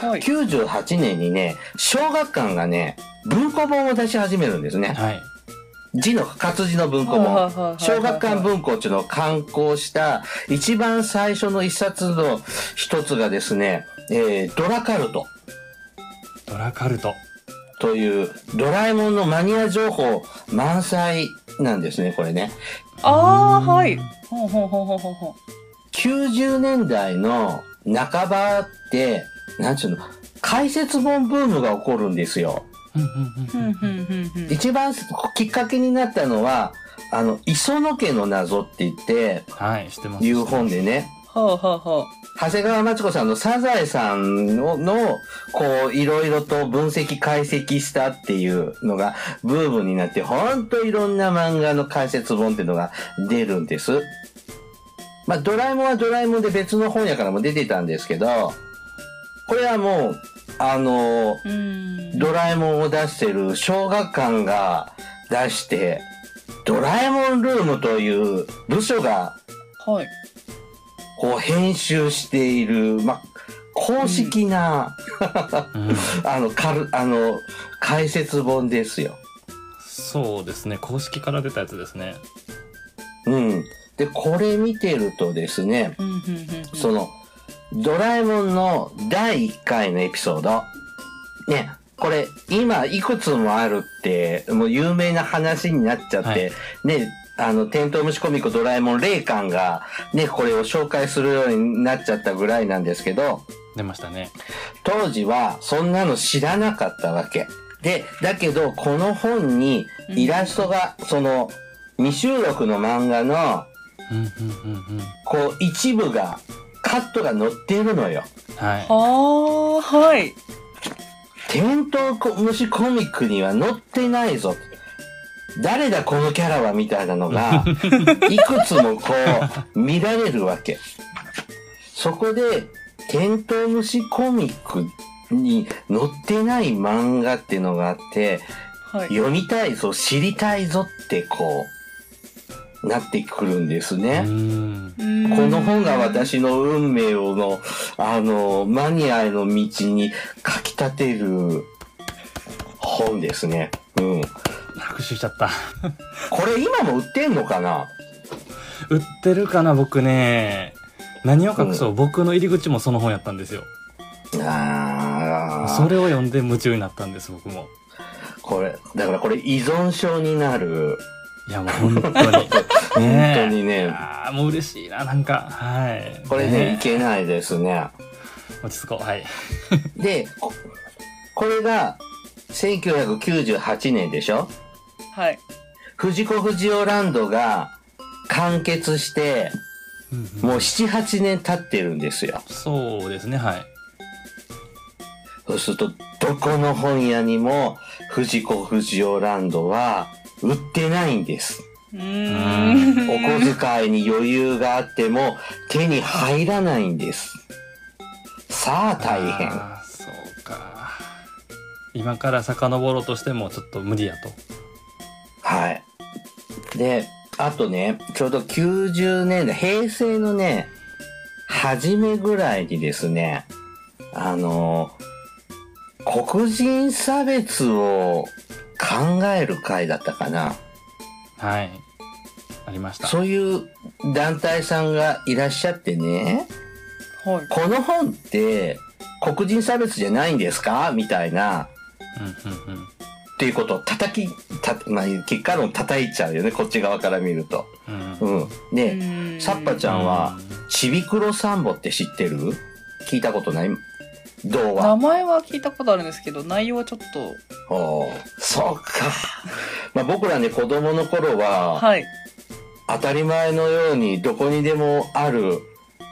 [SPEAKER 2] はい
[SPEAKER 3] 98年にね、小学館がね、文庫本を出し始めるんですね。
[SPEAKER 1] はい
[SPEAKER 3] 字の、活字の文庫
[SPEAKER 2] はいはい
[SPEAKER 3] 本。
[SPEAKER 2] はいはいはい
[SPEAKER 3] 小学館文庫っていうのを刊行した一番最初の一冊の一つがですね、えードラカルト
[SPEAKER 1] ドラカルト
[SPEAKER 3] というドラえもんのマニア情報満載なんですね、これね。
[SPEAKER 2] ああは
[SPEAKER 1] う
[SPEAKER 2] い
[SPEAKER 1] ん
[SPEAKER 2] ほうほうほうほうほうほ
[SPEAKER 3] 90年代の半ばって、なんちゅうの、解説本ブームが起こるんですよ。
[SPEAKER 1] うんうん
[SPEAKER 2] う
[SPEAKER 1] ん
[SPEAKER 2] う
[SPEAKER 1] うんんうん
[SPEAKER 2] うんうん
[SPEAKER 3] 一番きっかけになったのは、あの、磯野家の謎って言って、
[SPEAKER 1] はいしてます
[SPEAKER 3] いう本でね、
[SPEAKER 2] はあはあは
[SPEAKER 3] 長谷川町子さんのサザエさんの、のこう、いろいろと分析解析したっていうのがブームになって、ほんといろんな漫画の解説本っていうのが出るんです。まあ、ドラえもんはドラえもんで別の本屋からも出てたんですけど、これはもう、あの、
[SPEAKER 2] あうん
[SPEAKER 3] ドラえもんを出してる小学館が出して、ドラえもんルームという部署が
[SPEAKER 2] はい
[SPEAKER 3] こう編集している、まあ、公式な、
[SPEAKER 1] うん
[SPEAKER 3] あの、かる、あの、解説本ですよ。
[SPEAKER 1] そうですね公式から出たやつですね
[SPEAKER 3] うん。で、これ見てるとですね、
[SPEAKER 2] うんうんうんうん
[SPEAKER 3] その、ドラえもんの第1回のエピソード。ね、これ、今、いくつもあるって、もう有名な話になっちゃって、ね、あの、テントウムシコミコドラえもん霊感が、ね、これを紹介するようになっちゃったぐらいなんですけど、
[SPEAKER 1] 出ましたね。
[SPEAKER 3] 当時はそんなの知らなかったわけ。で、だけど、この本にイラストが、その、未収録の漫画の、
[SPEAKER 1] うんうんうんうん。
[SPEAKER 3] こう、一部が、カットが載っているのよ。
[SPEAKER 1] はい。
[SPEAKER 2] はあ、はい。
[SPEAKER 3] テントウムシコミックには載ってないぞ。誰だこのキャラはみたいなのが、いくつもこう、見られるわけ。そこで、テントウムシコミックに載ってない漫画っていうのがあって、
[SPEAKER 2] はい。
[SPEAKER 3] 読みたいぞ、知りたいぞってこう、なってくるんですね。
[SPEAKER 1] うん。
[SPEAKER 2] こ
[SPEAKER 3] この本が。私の運命をの、あの、マニアへの道に書き立てる本ですね。うん。
[SPEAKER 1] 拍手しちゃった。
[SPEAKER 3] これ今も売ってんのかな
[SPEAKER 1] 売ってるかな、僕ね。何を隠そう、僕の入り口もその本やったんですよ。
[SPEAKER 3] あ
[SPEAKER 1] そ
[SPEAKER 3] ー
[SPEAKER 1] れを読んで夢中になったんです、僕も。
[SPEAKER 3] これ、だからこれ依存症になる。
[SPEAKER 1] いや、もう本当 に。
[SPEAKER 3] 本
[SPEAKER 1] ねえ
[SPEAKER 3] 当にね。
[SPEAKER 1] ああ、もう嬉しいな、なんか。はい。
[SPEAKER 3] これね、い
[SPEAKER 1] え
[SPEAKER 3] けないですね。
[SPEAKER 1] 落ち着こう。はい。
[SPEAKER 3] で、ここれが1998年でしょ
[SPEAKER 2] はい。
[SPEAKER 3] 藤子不二雄ランドが完結して、もう7、8年経ってるんですよ。
[SPEAKER 1] そうですね、はい。
[SPEAKER 3] そうすると、どこの本屋にも、藤子不二雄ランドは売ってないんです。
[SPEAKER 2] うー
[SPEAKER 3] お
[SPEAKER 2] ん。
[SPEAKER 3] 小遣いに余裕があっても、手に入らないんです。さあ大変。
[SPEAKER 1] あーそうか。今から遡ろうとしてもちょっと無理やと。
[SPEAKER 3] はい。で、あとね、ちょうど90年代、平成のね、初めぐらいにですね、あの、黒人差別を考える会だったかな。
[SPEAKER 1] はい。ありました。
[SPEAKER 3] そういう団体さんがいらっしゃってね、
[SPEAKER 2] はい。
[SPEAKER 3] この本って黒人差別じゃないんですかみたいな、
[SPEAKER 1] うんうんうん。
[SPEAKER 3] っていうことを叩き、たまあ、結果論叩いちゃうよね、こっち側から見ると。
[SPEAKER 1] うんうん
[SPEAKER 3] うん。で、サッパちゃんは、
[SPEAKER 1] う
[SPEAKER 3] ちびくろサンボって知ってる聞いたことない
[SPEAKER 2] 名
[SPEAKER 3] 童話。
[SPEAKER 2] 前は聞いたことあるんですけど、内容はちょっと。
[SPEAKER 3] おーそうか。まあ、僕らね、子供の頃は、
[SPEAKER 2] はい。
[SPEAKER 3] 当たり前のようにどこにでもある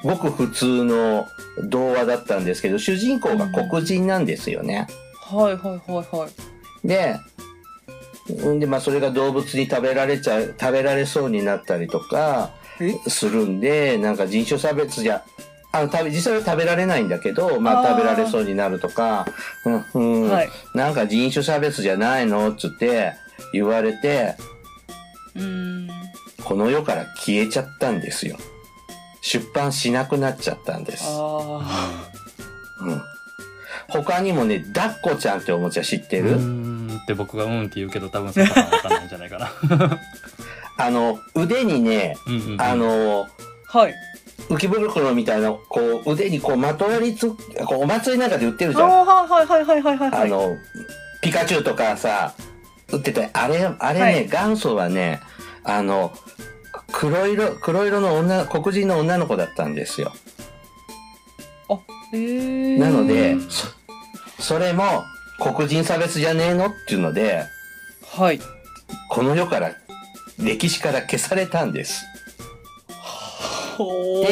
[SPEAKER 3] ごく普通の童話だったんですけど主人公が黒人なんですよね。
[SPEAKER 2] はいはいはいはい。
[SPEAKER 3] でんで、まあ、それが動物に食べられちゃう食べられそうになったりとか
[SPEAKER 2] え
[SPEAKER 3] するんでなんか人種差別じゃあの食べ実際は食べられないんだけど、まあ、
[SPEAKER 2] あー
[SPEAKER 3] 食べられそうになるとか、うんうん
[SPEAKER 2] はい。
[SPEAKER 3] なんか人種差別じゃないのっつって言われて
[SPEAKER 2] うーん。
[SPEAKER 3] この世から消えちゃったんですよ。出版しなくなっちゃったんです。
[SPEAKER 2] あ
[SPEAKER 3] うん、他にもね、だっこちゃんっておもちゃ知ってる、
[SPEAKER 1] んって僕がうんって言うけど多分サッパさんわかんないんじゃないかな。
[SPEAKER 3] あの、腕にね、
[SPEAKER 1] うんうんうん
[SPEAKER 3] あの、
[SPEAKER 2] あ。はい。
[SPEAKER 3] 浮き袋みたいな、こう、腕にこう、まとわりつ、こうお祭りなんかで売ってるじ
[SPEAKER 2] あ
[SPEAKER 3] ゃん。
[SPEAKER 2] あ、はいはいはいはいはいは
[SPEAKER 3] あ
[SPEAKER 2] い。
[SPEAKER 3] の、ピカチュウとかさ、売ってて、あれ、あれね、
[SPEAKER 2] はい
[SPEAKER 3] 元祖はね、あの、黒色、黒色の女、黒人の女の子だったんですよ。
[SPEAKER 2] へー
[SPEAKER 3] なので
[SPEAKER 1] うん、
[SPEAKER 3] そそれも、黒人差別じゃねえのっていうので、
[SPEAKER 2] はい。
[SPEAKER 3] この世から、歴史から消されたんです。
[SPEAKER 2] ほ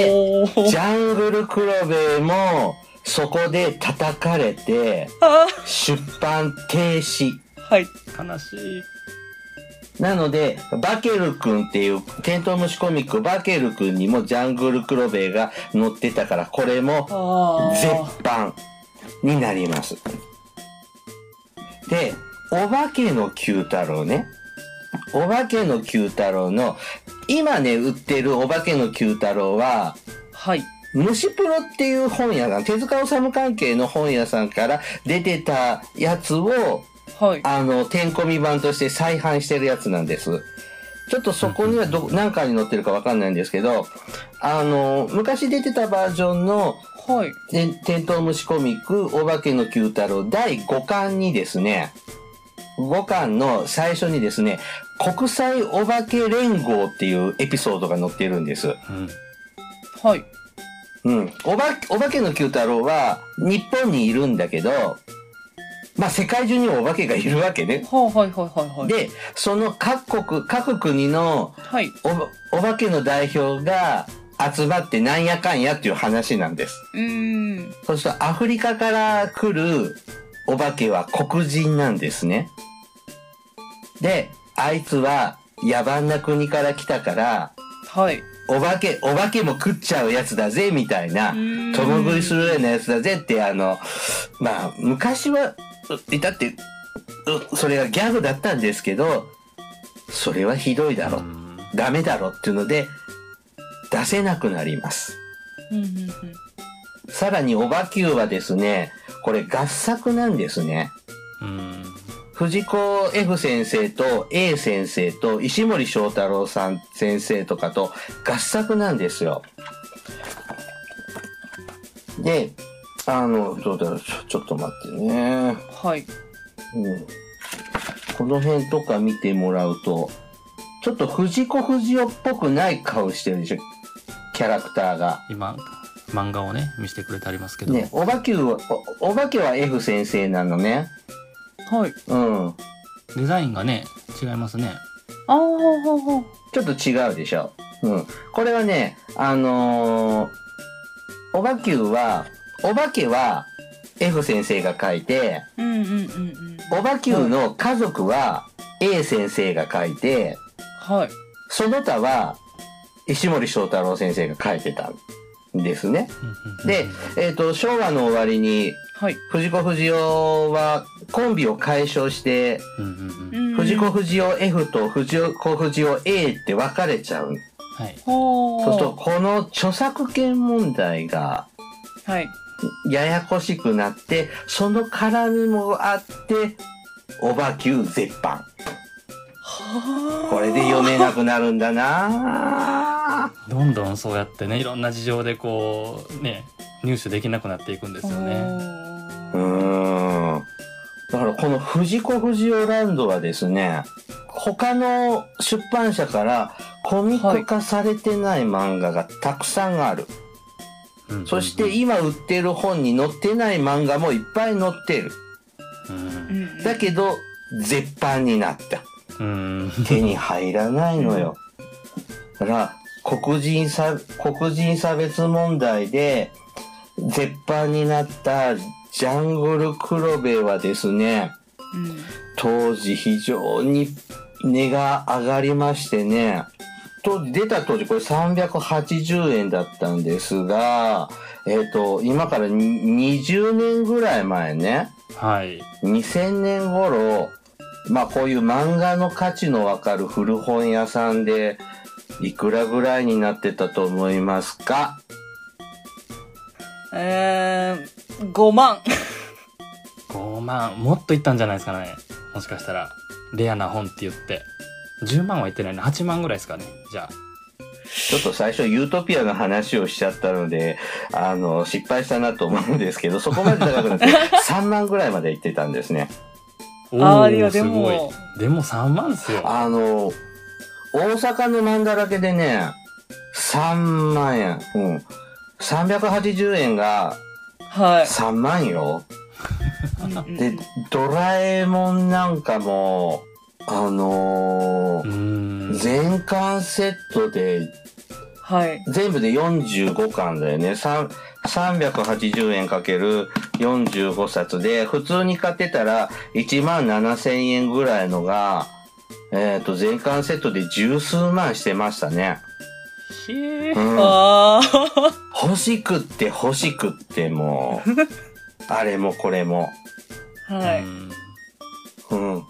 [SPEAKER 2] ー
[SPEAKER 3] ジャングルクロベも、そこで叩かれて、
[SPEAKER 2] あ
[SPEAKER 3] 出版停止。
[SPEAKER 2] ーはい。
[SPEAKER 1] 悲しい。
[SPEAKER 3] なので、バケル君っていう、テントウムシコミック、バケル君にもジャングルクロベが載ってたから、これも
[SPEAKER 2] ああ。
[SPEAKER 3] 絶版になります。で、お化けの九太郎ね。お化けの九太郎の、今ね、売ってるお化けの九太郎は、
[SPEAKER 2] はい。
[SPEAKER 3] 虫プロっていう本屋さん、手塚治虫関係の本屋さんから出てたやつを、
[SPEAKER 2] はい。
[SPEAKER 3] あの、てんこみ版として再販してるやつなんです。ちょっとそこにはど、何回に載ってるかわかんないんですけど、あの、昔出てたバージョンの、
[SPEAKER 2] はい。
[SPEAKER 3] てテントウムシコミック、お化けの九太郎第5巻にですね、5巻の最初にですね、国際お化け連合っていうエピソードが載っているんです。
[SPEAKER 1] うん
[SPEAKER 2] はい。
[SPEAKER 3] うん。おば、お化けの九太郎は、日本にいるんだけど、まあ、世界中にお化けがいるわけね。
[SPEAKER 2] はあ、はいはいはいはい。
[SPEAKER 3] で、その各国、各国の
[SPEAKER 2] はい。
[SPEAKER 3] お、お化けの代表が集まってなんやかんやっていう話なんです。
[SPEAKER 2] うーん。
[SPEAKER 3] そうすると、アフリカから来るお化けは黒人なんですね。で、あいつは野蛮な国から来たから、
[SPEAKER 2] はい。
[SPEAKER 3] お化け、お化けも食っちゃうやつだぜ、みたいな。
[SPEAKER 2] と
[SPEAKER 3] 共食いするようなやつだぜって、あの、まあ、昔は、うだって、うそれがギャグだったんですけど、それはひどいだろ、ダメだろっていうので、出せなくなります。
[SPEAKER 2] うんうんうん。
[SPEAKER 3] さらに、おばきゅうはですね、これ合作なんですね。
[SPEAKER 1] うん
[SPEAKER 3] 藤子 F 先生と A 先生と石森章太郎さん先生とかと合作なんですよ。で、あの、どうだろう、ちょちょっと待ってね。
[SPEAKER 2] はい。
[SPEAKER 3] うん、この辺とか見てもらうと、ちょっと藤子不二雄っぽくない顔してるでしょ、キャラクターが。
[SPEAKER 1] 今漫画をね見せてくれてありますけど、
[SPEAKER 3] ね、おばきゅうは、おおばきゅうは F 先生なのね。
[SPEAKER 2] はい。
[SPEAKER 3] うん。
[SPEAKER 1] デザインがね違いますね
[SPEAKER 2] ああ、ほうほうほう。
[SPEAKER 3] ちょっと違うでしょ。うん。これはね、あのーおばきゅうは、おばけは F 先生が書いて、
[SPEAKER 2] うんうんうんうん。
[SPEAKER 3] おばきゅうの家族は A 先生が書いて、
[SPEAKER 2] はい。
[SPEAKER 3] その他は石森章太郎先生が書いてたんですね。で、えっ、と、昭和の終わりに
[SPEAKER 2] はい。
[SPEAKER 3] 藤子不二雄はコンビを解消して、
[SPEAKER 1] うんうんうんうん
[SPEAKER 2] うん
[SPEAKER 3] 藤子不二雄 F と藤子不二雄 A って分かれちゃう。
[SPEAKER 1] はい
[SPEAKER 2] ほ
[SPEAKER 3] そうすると、この著作権問題が
[SPEAKER 2] う。はい。
[SPEAKER 3] ややこしくなって、その絡みもあって、オバキュー絶版。
[SPEAKER 2] はあ。
[SPEAKER 3] これで読めなくなるんだなぁ
[SPEAKER 1] どんどんそうやってねいろんな事情でこうね入手できなくなっていくんですよね。
[SPEAKER 2] お
[SPEAKER 3] う
[SPEAKER 2] ー
[SPEAKER 3] ーん。だからこの藤子不二雄ランドはですね、他の出版社からコミック化されてない漫画がたくさんある。
[SPEAKER 1] うんうんうん
[SPEAKER 3] そして、今売ってる本に載ってない漫画もいっぱい載ってる。
[SPEAKER 1] うん
[SPEAKER 2] うんうん
[SPEAKER 3] だけど、絶版になった。
[SPEAKER 1] うん
[SPEAKER 3] 手に入らないのよ。だから、黒人差、黒人差別問題で、絶版になったジャングルクロベはですね、
[SPEAKER 2] うん
[SPEAKER 3] 当時非常に値が上がりましてね、当時、出た当時これ380円だったんですが、えっ、と、今から20年ぐらい前ね、
[SPEAKER 1] はい
[SPEAKER 3] 2000年頃、まあこういう漫画の価値のわかる古本屋さんで、いくらぐらいになってたと思いますか
[SPEAKER 2] えー、5万。
[SPEAKER 1] 5万もっといったんじゃないですかねもしかしたらレアな本って言って10万はいってないな8万ぐらいですかねじゃ
[SPEAKER 3] ちょっと最初ユートピアの話をしちゃったので、あの、失敗したなと思うんですけど、そこまで高くなって3万ぐらいまで行ってたんですね。
[SPEAKER 1] あ
[SPEAKER 2] あ
[SPEAKER 1] お
[SPEAKER 2] ーい
[SPEAKER 1] ー
[SPEAKER 2] や
[SPEAKER 1] す
[SPEAKER 2] でも
[SPEAKER 1] ごいでも3万ですよ
[SPEAKER 3] あの、大阪の漫画だけでね、3万円。うん。380円が
[SPEAKER 2] はい。
[SPEAKER 3] 3万よ。
[SPEAKER 2] うんうん
[SPEAKER 3] で、ドラえもんなんかも、あの
[SPEAKER 1] う
[SPEAKER 3] ー
[SPEAKER 1] ん
[SPEAKER 3] 全巻セットで、
[SPEAKER 2] はい。
[SPEAKER 3] 全部で45巻だよね。さん380円かける45冊で、普通に買ってたら1万7000円ぐらいのが、えっ、と、全巻セットで十数万してましたね。
[SPEAKER 1] ひえ
[SPEAKER 3] うん
[SPEAKER 2] ああ。
[SPEAKER 3] 欲しくって欲しくってもう、あれもこれも。
[SPEAKER 2] は
[SPEAKER 1] う
[SPEAKER 2] い。
[SPEAKER 1] ん
[SPEAKER 3] うん。